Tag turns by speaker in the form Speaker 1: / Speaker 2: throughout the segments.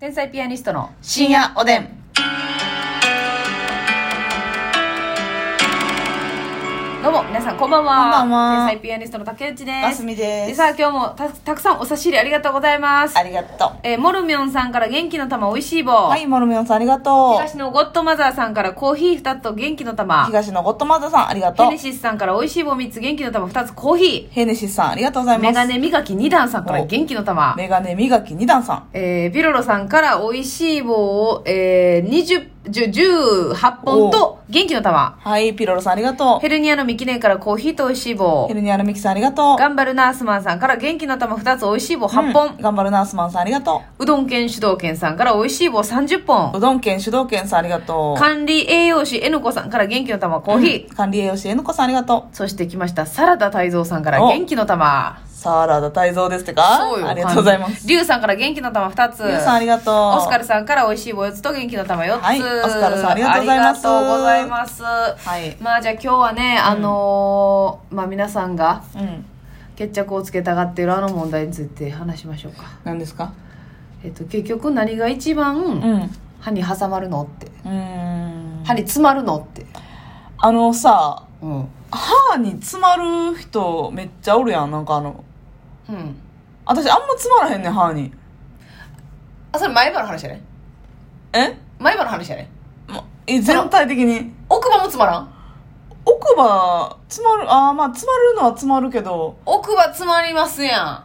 Speaker 1: 天才ピアニストの
Speaker 2: 深夜おでん。
Speaker 1: どうも皆さんこんばんは
Speaker 2: こんばん
Speaker 1: 天
Speaker 2: は
Speaker 1: 才ピアニストの竹内で
Speaker 2: ますすみで。
Speaker 1: ですさあ今日もたたくさんお差し入れありがとうございます
Speaker 2: ありがとう。
Speaker 1: えーモルミョンさんから元気の玉おいしい棒、
Speaker 2: はい、モルミョンさんありがとう。
Speaker 1: 東のゴッドマザーさんからコーヒー2つと元気の玉
Speaker 2: 東のゴッドマザーさんありがと
Speaker 1: ヘ
Speaker 2: う
Speaker 1: ネ。シスさんからおいしい棒3つ元気の玉2つコーヒ
Speaker 2: ヘネシスさんありがとうござい
Speaker 1: ーメ
Speaker 2: ま
Speaker 1: ガ
Speaker 2: す。
Speaker 1: ネ磨き2段さんから
Speaker 2: お
Speaker 1: 元気の玉
Speaker 2: メガネ磨き二段さん。
Speaker 1: えーピロロさんからおいしい棒を、えー、2010 18本と元気の玉
Speaker 2: はい、ピロロさんありがと。
Speaker 1: ヘルニアの未記念からコーヒーとおいしいう棒
Speaker 2: ヘルニアのミキさんありがとう。
Speaker 1: 頑張るナースマンさんから元気の玉2つおいしい棒8本、う
Speaker 2: うん頑張るナースマンさんありがと
Speaker 1: どん県主導権さんからおいしい棒30
Speaker 2: う。う
Speaker 1: 本
Speaker 2: どん県主導権さんありがとう。
Speaker 1: 管理栄養士 N 子さんから元気の玉コーヒー、
Speaker 2: 管理栄養士えのこさんありがとう。
Speaker 1: そして来ましたサラダ太蔵さんから
Speaker 2: お
Speaker 1: 元気の玉
Speaker 2: サラダ大蔵ですってかありがとうございます。
Speaker 1: リュウさんから元気の玉2つ
Speaker 2: ゆうさんありがとう。
Speaker 1: オスカルさんから美味しい棒4つと元気の玉4つ。
Speaker 2: はいオスカルさんありがとうございます
Speaker 1: ありがとうございます。
Speaker 2: はい
Speaker 1: まあじゃあ今日はね、あのーまあ皆さんが
Speaker 2: うん。
Speaker 1: 決着をつけたがっているあの問題について話しましょうか。
Speaker 2: 何ですか
Speaker 1: えっと、結局何が一
Speaker 2: う
Speaker 1: 番
Speaker 2: ん。う
Speaker 1: 歯に挟まるのって。
Speaker 2: ーん。
Speaker 1: 歯に詰まるのって。
Speaker 2: あのさ、
Speaker 1: うん。
Speaker 2: 歯に詰まる人めっちゃおるやん。なんかあの、
Speaker 1: うん。
Speaker 2: 私あんま詰まらへんねん歯に
Speaker 1: あ、それ前歯の話やね。
Speaker 2: え
Speaker 1: 前歯の話やね。
Speaker 2: まえ全体的に
Speaker 1: 奥歯も詰まらん
Speaker 2: 奥歯詰まるああまあ詰まるのは詰まるけど
Speaker 1: 奥歯詰まりますやん。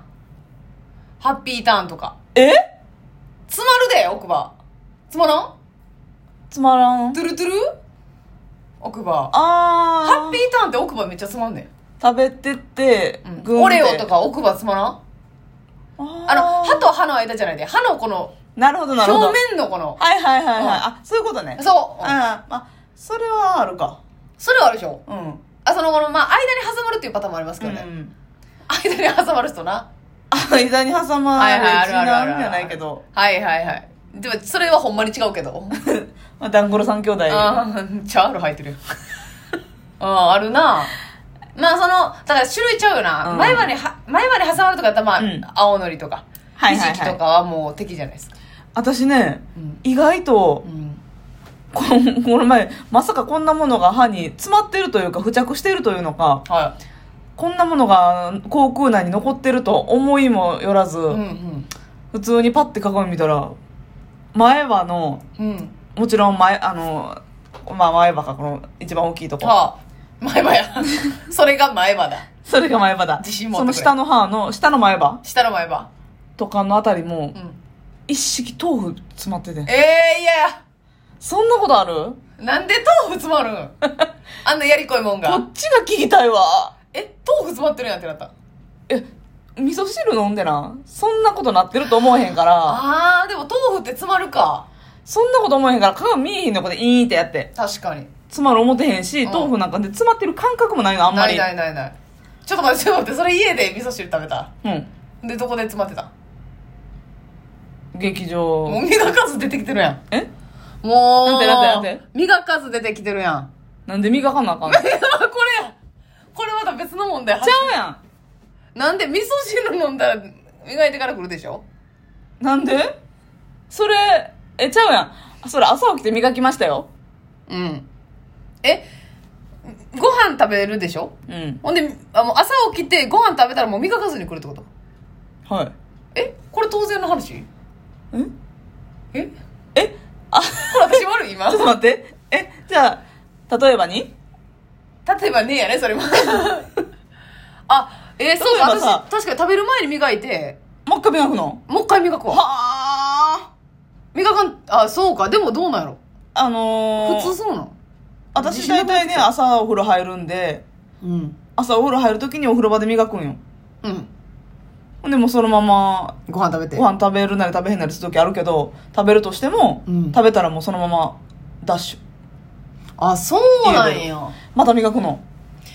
Speaker 1: ハッピーターンとか。
Speaker 2: え
Speaker 1: 詰まるで、奥歯。詰まらん
Speaker 2: 詰まらん
Speaker 1: トゥルトゥル奥歯
Speaker 2: あー
Speaker 1: ハッピーターンって奥歯めっちゃつまんね
Speaker 2: 食べてって、
Speaker 1: ん、
Speaker 2: グンって
Speaker 1: オレオとか奥歯つまらん
Speaker 2: あー
Speaker 1: あの歯と歯の間じゃないで歯のこの
Speaker 2: なるほどな
Speaker 1: 表
Speaker 2: るほど
Speaker 1: 面のこの
Speaker 2: はいはいはいはい、
Speaker 1: うん
Speaker 2: あそういうことね
Speaker 1: そう、
Speaker 2: うんあそれはあるか
Speaker 1: それはあるでしょ
Speaker 2: うん、うん、
Speaker 1: あそのこのまあ間に挟まるっていうパターンもありますけどね、間に挟まる人な
Speaker 2: 間に挟ま
Speaker 1: はい
Speaker 2: れ
Speaker 1: はいあるあるある
Speaker 2: んじゃないけど、
Speaker 1: はいはいはいでもそれはほんまに違うけど、
Speaker 2: まあ、ダンゴロ三兄弟
Speaker 1: あーチャール入ってるよ あーあるなまあそのだから種類ちゃうよな、
Speaker 2: うん
Speaker 1: 前歯には前歯に挟まるとかやったらまあ、
Speaker 2: うん
Speaker 1: 青のりとか
Speaker 2: はい
Speaker 1: ひ
Speaker 2: はいは
Speaker 1: じ
Speaker 2: い
Speaker 1: きとかはもう敵じゃないですか、
Speaker 2: 私ね
Speaker 1: うん
Speaker 2: 意外と、
Speaker 1: うん
Speaker 2: このこの前まさかこんなものが歯に詰まってるというか付着してるというのか
Speaker 1: は
Speaker 2: こんなものが口腔内に残ってると思いもよらず、
Speaker 1: い。うん
Speaker 2: 普通にパッて鏡見たら前歯の
Speaker 1: うん。うん。
Speaker 2: もちろん前あの、まあ、前歯かこの一番大きいとこ
Speaker 1: はあ、前歯や。 それが前歯だ。
Speaker 2: それが前歯だ
Speaker 1: 自信持って
Speaker 2: そ
Speaker 1: くれ
Speaker 2: の下の歯の下の前歯
Speaker 1: 下の前歯。
Speaker 2: とかのあたりも
Speaker 1: うん。
Speaker 2: 一式豆腐詰まってて
Speaker 1: ええいやや。
Speaker 2: そんなことある
Speaker 1: なんで豆腐詰まる んあんなやりこいもん
Speaker 2: こ
Speaker 1: が。
Speaker 2: っちが聞きたいわ
Speaker 1: え、豆腐詰まってるやんってなった。
Speaker 2: え味噌汁飲んでなそんなことなってると思えへんから
Speaker 1: あー、でも豆腐って詰まるか。
Speaker 2: そんなこと思えへんから鏡見えへんのこでイーンってやって。
Speaker 1: 確かに。
Speaker 2: 詰まる思てへんし、
Speaker 1: うん
Speaker 2: 豆腐なんかで詰まってる感覚もないの、あんま
Speaker 1: ない
Speaker 2: り。
Speaker 1: ないないない。ちょっと待って、ちょっと待って、それ家で味噌汁食べた。で、どこで詰まってた
Speaker 2: うん。劇
Speaker 1: も
Speaker 2: 場。
Speaker 1: う磨かず出てきてるやん。
Speaker 2: え
Speaker 1: もう。
Speaker 2: なんてなんてなんて
Speaker 1: 磨かず出てきてるやん。
Speaker 2: なんで磨かなあかんの ち
Speaker 1: え、 これや。これまた別の問題。
Speaker 2: ゃうや
Speaker 1: なんで味噌汁飲んだら磨いてから来るでしょ
Speaker 2: ん。なんでそれ、え、ちゃうやんあ。それ朝起きて磨きましたよ。
Speaker 1: うん。えご飯食べるでしょ
Speaker 2: うん。
Speaker 1: ほんで、あもう朝起きてご飯食べたらもう磨かずに来るってこと
Speaker 2: はい。
Speaker 1: えこれ当然の話
Speaker 2: え
Speaker 1: え
Speaker 2: えあ、ち
Speaker 1: これ私悪い今
Speaker 2: ょっと待って。え、じゃあ、例えばに
Speaker 1: 例えばねえやね、それも。あ、えーそうか、
Speaker 2: 例えばさ
Speaker 1: 私、確かに食べる前に磨いて、
Speaker 2: もう一回磨くの
Speaker 1: もう一回磨くわ。
Speaker 2: はあ。
Speaker 1: 磨かん、あ、そうか、でもどうなんやろ
Speaker 2: あのー、
Speaker 1: 普通そうなん
Speaker 2: 私大体ね、朝お風呂入るんで、
Speaker 1: うん。
Speaker 2: 朝お風呂入るときにお風呂場で磨くんよ。
Speaker 1: うん。
Speaker 2: ほんでもうそのまま
Speaker 1: ご飯食べて。
Speaker 2: ご飯食べるなり食べへんなりする時あるけど食べるとしても、
Speaker 1: うん
Speaker 2: 食べたらもうそのままダッシュ
Speaker 1: あ、そうなんや。
Speaker 2: また磨くの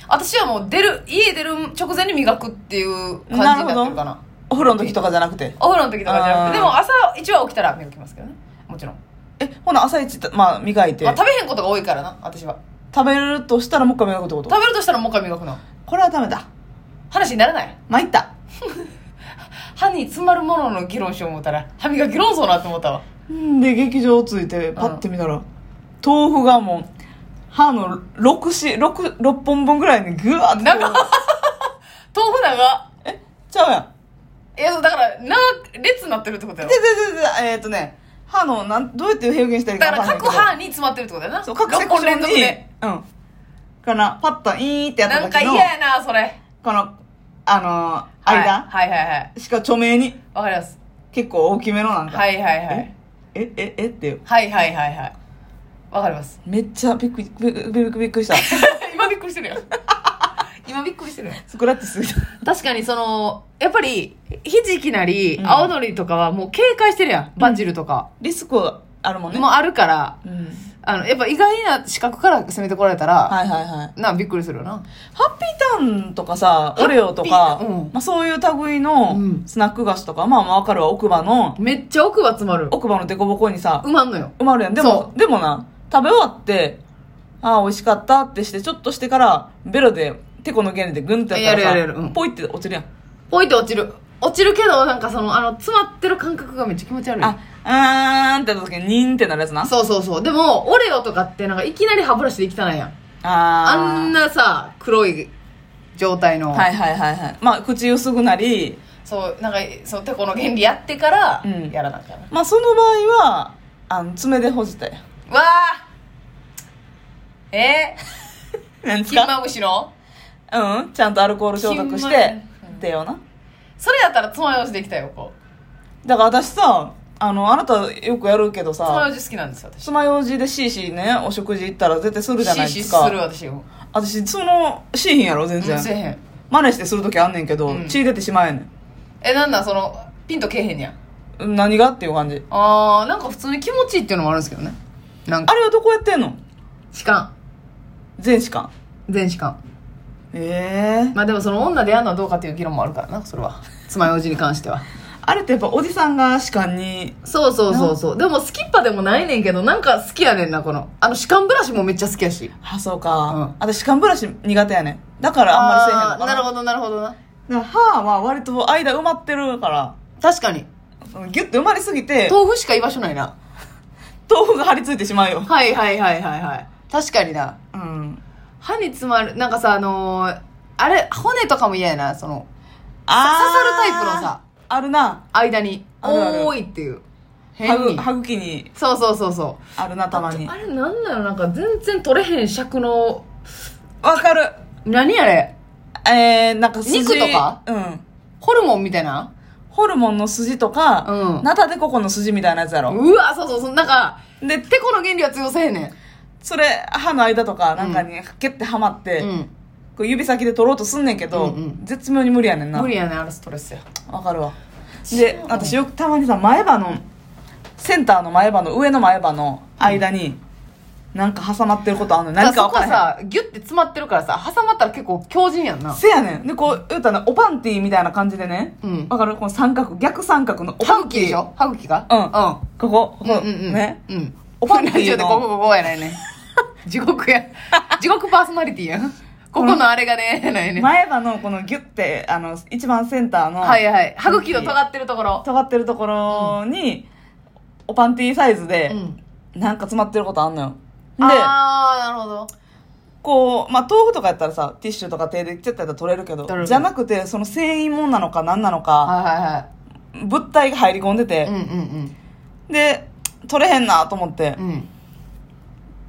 Speaker 1: 私はもう出る家出る直前に磨くっていう感じになってるかな
Speaker 2: お風呂の時とかじゃなくて
Speaker 1: お風呂の時とかじゃなく
Speaker 2: あー
Speaker 1: てでも朝一は起きたら磨きますけどねもちろん、
Speaker 2: えほな朝一、まあ、磨いて、
Speaker 1: まあ、食べへんことが多いからな私は
Speaker 2: 食べるとしたらもう一回磨くってこと
Speaker 1: 食べるとしたらもう一回磨くの
Speaker 2: これはダメだ
Speaker 1: 話にならない
Speaker 2: 参った
Speaker 3: 歯に詰まるものの議論しよう思ったら歯磨き論争なって思ったわ
Speaker 2: うんで劇場着いてパッて見たら、豆腐がもう歯の6し六六本分ぐらいにグワーって
Speaker 3: なんか豆腐長
Speaker 2: えちゃうやん
Speaker 3: いやそうだから長列になってるってことや
Speaker 2: で
Speaker 3: ろ
Speaker 2: でででえっ、とね歯のなんどうやって表現したらいい
Speaker 3: だ
Speaker 2: か
Speaker 3: か
Speaker 2: わ
Speaker 3: ら
Speaker 2: かんないけ
Speaker 3: 各
Speaker 2: ど
Speaker 3: 歯に詰まってるってことやな
Speaker 2: そう各セ
Speaker 3: 6
Speaker 2: クシ
Speaker 3: 本
Speaker 2: ョン
Speaker 3: 連
Speaker 2: に
Speaker 3: 続で
Speaker 2: うんからパッとイーってやった
Speaker 3: なんか
Speaker 2: 時の
Speaker 3: 嫌やなそれ
Speaker 2: このあのー
Speaker 3: はい
Speaker 2: 間
Speaker 3: はいはいはい
Speaker 2: しか著名に
Speaker 3: わかります
Speaker 2: 結構大きめのなんか、
Speaker 3: はいはいはい
Speaker 2: えええっていう
Speaker 3: はいはいはいはいわかります
Speaker 2: めっちゃびっくりびっくりびっくりびっくりした
Speaker 3: 今びっくりしてるやん 今びっくりしてるやん
Speaker 2: スクラッチすぎた
Speaker 1: 確かにその、やっぱり、ひじきなり
Speaker 2: う、ん
Speaker 1: 青のりとかはもう警戒してるやん。バンジルとか。
Speaker 2: リスクはあるもんね
Speaker 1: もうあるから、
Speaker 2: うん、
Speaker 1: あの、やっぱ意外な資格から攻めてこられたら、
Speaker 2: はいはいはい
Speaker 1: な、びっくりするよな。
Speaker 2: ハッピーターンとかさオレオとか
Speaker 1: ハッ、ピーうん
Speaker 2: まあ、そういう類
Speaker 1: う
Speaker 2: の
Speaker 1: ん
Speaker 2: スナック菓子とか、まあまあわかるわ奥歯の
Speaker 1: めっちゃ奥歯詰まる。
Speaker 2: 奥歯の凸凹にさ
Speaker 1: 埋まんのよ。
Speaker 2: 埋まるやんでもでもな食べ終わってああ美味しかったってしてちょっとしてからベロでてこの原理でグンってやったらさ
Speaker 1: やるやるやるうん
Speaker 2: ポイって落ちるやん
Speaker 1: ポイって落ちる。落ちるけど、なんかその、あの、詰まってる感覚がめっちゃ気持ち悪い。
Speaker 2: ああーんってなった時にニンってなるやつな
Speaker 1: そうそうそう。でも、オレオとかってなんかいきなり歯ブラシで汚いやん。
Speaker 2: あー
Speaker 1: あんなさ、黒い状態の。
Speaker 2: はいはいはいはいまあ口薄くなり
Speaker 3: そうなんかそうてこの原理やってから
Speaker 2: うん
Speaker 3: やらなきゃな、
Speaker 2: まあその場合はあの爪でほじて
Speaker 3: わあえ
Speaker 2: なんで
Speaker 3: ー、
Speaker 2: す
Speaker 3: 金
Speaker 2: か
Speaker 3: まぶしの
Speaker 2: うんちゃんとアルコール消毒し
Speaker 1: 金ま
Speaker 2: てってよな
Speaker 3: それやったらつまようじできたよこう
Speaker 2: だから私さあのあなたよくやるけど
Speaker 3: つま
Speaker 2: さ
Speaker 3: ようじ好きなんですよ私
Speaker 2: 爪楊枝でシーシーねお食事行ったら絶対するじゃない
Speaker 3: シ
Speaker 2: で
Speaker 3: ー
Speaker 2: す
Speaker 3: シ
Speaker 2: か
Speaker 3: ーする私も
Speaker 2: 私そのシーヒンやろ全
Speaker 3: 全
Speaker 2: 然
Speaker 3: 然せえへん
Speaker 2: 真似してする時あんねんけど、
Speaker 3: うん
Speaker 2: 血出てしまえんねん
Speaker 3: えなんなんそのピンとけえへんやん
Speaker 2: うん何がっていう感じ
Speaker 3: あーなんか普通に気持ちいいっていうのもあるんですけどね
Speaker 1: なんか、
Speaker 2: あれはどこやってんの
Speaker 1: 歯間。
Speaker 2: 全歯間
Speaker 1: 全歯間。
Speaker 2: ええ
Speaker 3: まあでもその女でやるのはどうかっていう議論もあるからなそれはつまようじに関しては
Speaker 2: あれってやっぱおじさんが歯間に
Speaker 1: そうそうそうそう。でも、スキッパでもないねんけど、なんか好きやねんな、この。あの、歯間ブラシもめっちゃ好きやし。
Speaker 2: あそうか、
Speaker 1: うん
Speaker 2: 私歯間ブラシ苦手やねんだからあんまりせえへんのかな
Speaker 3: なるほどなるほどな
Speaker 2: だから歯は割と間埋まってるから
Speaker 1: 確かに。
Speaker 2: うんギュッて埋まりすぎて
Speaker 1: 豆腐しか居場所ないな。
Speaker 2: 豆腐が張り付いてしまうよ
Speaker 1: はいはいはいはいはい。確かにな。
Speaker 2: うん
Speaker 1: 歯に詰まる、なんかさ、あのーあれ、骨とかも嫌やな、その、
Speaker 2: あー
Speaker 1: 刺さるタイプのさ
Speaker 2: あるな
Speaker 1: 間に。
Speaker 2: あるある
Speaker 1: 多いっていう。
Speaker 2: 歯
Speaker 1: 変
Speaker 2: ぐ
Speaker 1: に。
Speaker 2: 歯茎に
Speaker 1: そうそうそうそう。
Speaker 2: あるなたまに
Speaker 1: あれなんなのなんか全然取れへん尺の、
Speaker 2: わかる
Speaker 1: 何あれ
Speaker 2: えー、なんか筋
Speaker 1: 肉とか
Speaker 2: うん
Speaker 1: ホルモンみたいな
Speaker 2: ホルモンの筋とか、
Speaker 1: うん
Speaker 2: ナタデココの筋みたいなやつやろ、
Speaker 1: うわ、そうそうそう、なんか、
Speaker 2: で
Speaker 1: てこの原理は強せへんね
Speaker 2: それ歯の間とかなんかにキュッてはまって、
Speaker 1: ん。うん。
Speaker 2: こう指先で取ろうとすんねんけど、
Speaker 1: うんうん
Speaker 2: 絶妙に無理やねんな
Speaker 1: 無理やねん、あれストレスや。
Speaker 2: わかるわで私よくたまにさ前歯のセンターの前歯の上の前歯の間に、なんか挟まってることあんのよ何か
Speaker 1: そ
Speaker 2: わ
Speaker 1: こ
Speaker 2: からへん
Speaker 1: さ、ギュッて詰まってるからさ、挟まったら結構強靭やんな。
Speaker 2: せやねん。で、こう、言うたらね、おパンティーみたいな感じでね。
Speaker 1: うん
Speaker 2: わかるこの三角、逆三角のおパ
Speaker 1: 歯茎
Speaker 2: ンティー。
Speaker 1: でしょ歯茎が
Speaker 2: うんここ、ここ、
Speaker 1: うん。うんうんうん。
Speaker 2: ね。
Speaker 1: うん。
Speaker 2: おパンティーの
Speaker 1: ラジオでここここやないね。地獄や。地獄パーソナリティやん。ここのあれがね、ないね。
Speaker 2: 前歯のこのギュッて、あの、一番センターの、
Speaker 1: はいはい。歯茎の尖ってるところ。
Speaker 2: 尖ってるところに、おパンティーサイズ
Speaker 1: う
Speaker 2: で、
Speaker 1: ん。
Speaker 2: なんか詰まってることあんのよ。で、
Speaker 1: あー、なるほど。
Speaker 2: こう、まあ、豆腐とかやったらさ、ティッシュとか手でちょっとやったら取れるけど
Speaker 1: 取れ、る
Speaker 2: じゃなくて、その繊維もんなのか何なのか、
Speaker 1: はいは
Speaker 2: 物体が入り込んで
Speaker 1: いはい。うん
Speaker 2: て、
Speaker 1: うん
Speaker 2: で、取れへんなと思って
Speaker 1: う、ん。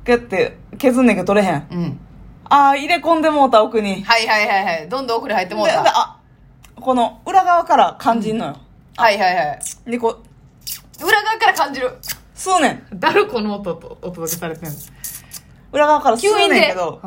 Speaker 2: ギュッて削んねんけど取れへん。
Speaker 1: うん。うん。
Speaker 2: ああ、入れ込んでもうた奥に。
Speaker 1: はいはいはいはい。どんどん奥に入ってもう
Speaker 2: でで
Speaker 1: た。
Speaker 2: あ、この裏側から感じんのよ。
Speaker 1: はいはいはい。
Speaker 2: で、こう、
Speaker 1: 裏側から感じる。
Speaker 2: 吸うねん。
Speaker 1: だるこの音とお届けされてんの。
Speaker 2: 裏側から吸
Speaker 1: 吸
Speaker 2: う
Speaker 1: 引
Speaker 2: ねん
Speaker 1: で
Speaker 2: けど、。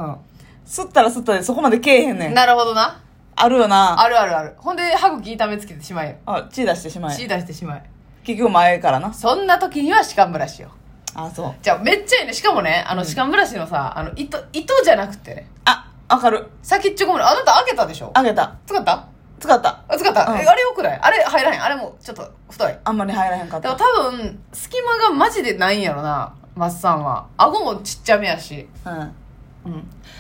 Speaker 2: 吸ったら吸ったでそこまでけえへんねん。
Speaker 1: なるほどな。
Speaker 2: あるよな。
Speaker 1: あるあるある。ほんで、歯茎痛めつけてしまえよ。
Speaker 2: あ、血出してしま
Speaker 1: 血
Speaker 2: え。
Speaker 1: 出してしまえ。
Speaker 2: 結局前からな。
Speaker 1: そんな時には歯間ブラシよ。
Speaker 2: あ、そう。
Speaker 1: じゃあ、めっちゃいいね。しかもね、あの、歯間ブラシのさ、あの、糸、糸じゃなくてね。
Speaker 2: あ、わかる。
Speaker 1: 先っちょごめん。あなた開けたでしょ
Speaker 2: あげた。
Speaker 1: 使った
Speaker 2: 使った。
Speaker 1: あ、使った。
Speaker 2: うん
Speaker 1: えあれよくないあれ入らへん。あれも、ちょっと、太い。
Speaker 2: あんまり入らへんかっ
Speaker 1: でも
Speaker 2: た。
Speaker 1: 多分、隙間がマジでないんやろな。マッサンは。顎もちっちゃめやし。
Speaker 2: うん。
Speaker 1: うん。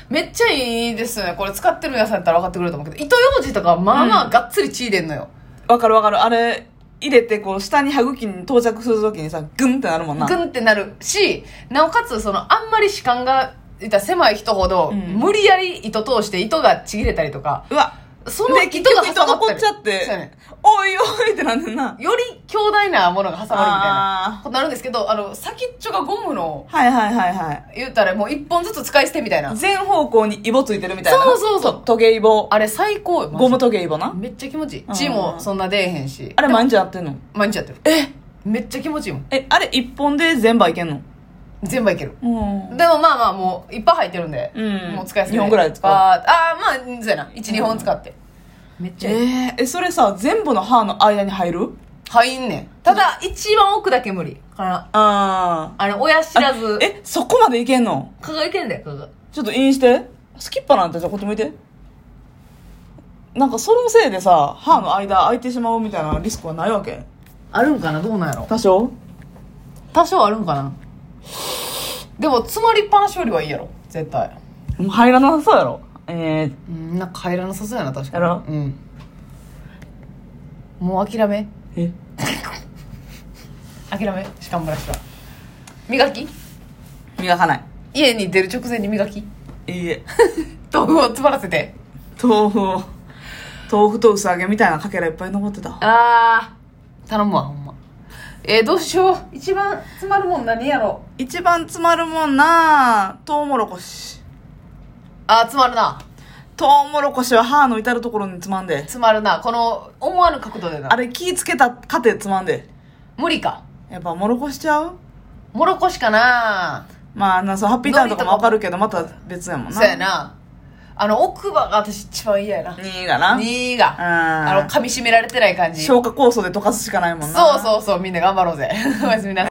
Speaker 1: めっちゃいいですよね。これ使ってる皆さんやったら分かってくれると思うけど、糸ようじとか、まあまあがっつり血出んのよ。
Speaker 2: わかるわかる。あれ、入れて、こう、下に歯茎に到着するときにさ、グンってなるもんな。
Speaker 1: グンってなるしなおかつそのあんまり歯間が言ったら狭い人ほど、
Speaker 2: うん
Speaker 1: 無理やり糸通して糸がちぎれたりとか
Speaker 2: うわ。
Speaker 1: その
Speaker 2: で
Speaker 1: 糸が
Speaker 2: 結
Speaker 1: 挟
Speaker 2: 局
Speaker 1: まった
Speaker 2: 残
Speaker 1: り
Speaker 2: っちゃって、
Speaker 1: そうやね
Speaker 2: おいおいってなんでんな。
Speaker 1: より強大なものが挟まるみたいな
Speaker 2: あ
Speaker 1: ことになるんですけどあの先っちょがゴムの
Speaker 2: ー。はいはいはいはい。
Speaker 1: 言ったらもう一本ずつ使い捨てみたいな
Speaker 2: 全方向にイボついてるみたいな。
Speaker 1: そうそうそう
Speaker 2: とトゲイボ。
Speaker 1: あれ最高よマジで
Speaker 2: ゴムトゲイボな。
Speaker 1: めっちゃ気持ちいい
Speaker 2: うん
Speaker 1: 血もそんな出えへんし
Speaker 2: あれ毎日やってんの
Speaker 1: 毎日やってるえめっちゃ気持ちいいもん
Speaker 2: え、あれ一本で全部いけんの
Speaker 1: 全部いける
Speaker 2: うん。
Speaker 1: でもまあまあもういっぱい入ってるんで、
Speaker 2: うん
Speaker 1: もう使い捨て
Speaker 2: 二本ぐらい使う
Speaker 1: うああまあそうやな12、二本使ってめっ
Speaker 2: え
Speaker 1: ちゃいい
Speaker 2: ーえ、それさ、全部の歯の間に入る
Speaker 1: 入んねんただ一番奥だけ無理かな
Speaker 2: あ
Speaker 1: あの親知
Speaker 2: ー。
Speaker 1: らず
Speaker 2: え、そこまでいけんの
Speaker 1: 蚊がいけんだよ蚊が
Speaker 2: ちょっとインして。スキッパなんてじゃあこっち向いて。なんかそのせいでさ、歯の間空いてしまうみたいなリスクはないわけ
Speaker 1: あるんかなどうなんやろ
Speaker 2: 多少
Speaker 1: 多少あるんかなでも詰まりっぱなしよりはいいやろ絶対
Speaker 2: もう入らなさそうやろ。えー、
Speaker 1: うんなんか入らなさそうやな確かに
Speaker 2: やろ
Speaker 1: うんもう諦め
Speaker 2: え、
Speaker 1: 諦め歯間ブラシは磨き
Speaker 2: 磨かない。
Speaker 1: 家に出る直前に磨き
Speaker 2: いいえ。
Speaker 1: 豆腐を詰まらせて
Speaker 2: 豆腐を豆腐と薄揚げみたいなかけらいっぱい残ってた
Speaker 1: あー頼むわほんまえー、どうしよう一番詰まるもん何やろ
Speaker 2: 一番詰まるもんなトウモロコシ
Speaker 1: あー詰まるな
Speaker 2: トウモロコシは歯の至る所につまんで
Speaker 1: 詰まるなこの思わぬ角度でな
Speaker 2: あれ気ぃつけた過程つまんで
Speaker 1: 無理か
Speaker 2: やっぱもろこしちゃう
Speaker 1: もろこしかな
Speaker 2: まああんなそうハッピーターンとかもわかるけどまた別やもんな
Speaker 1: そうやなあの奥歯が私一番嫌やな
Speaker 2: 2位がな
Speaker 1: 2があの
Speaker 2: う
Speaker 1: 噛み締められてない感
Speaker 2: ん
Speaker 1: じそう
Speaker 2: 消化酵素で溶かすしかないもんな
Speaker 1: そうそうみんな頑張ろうぜ おやすみなさい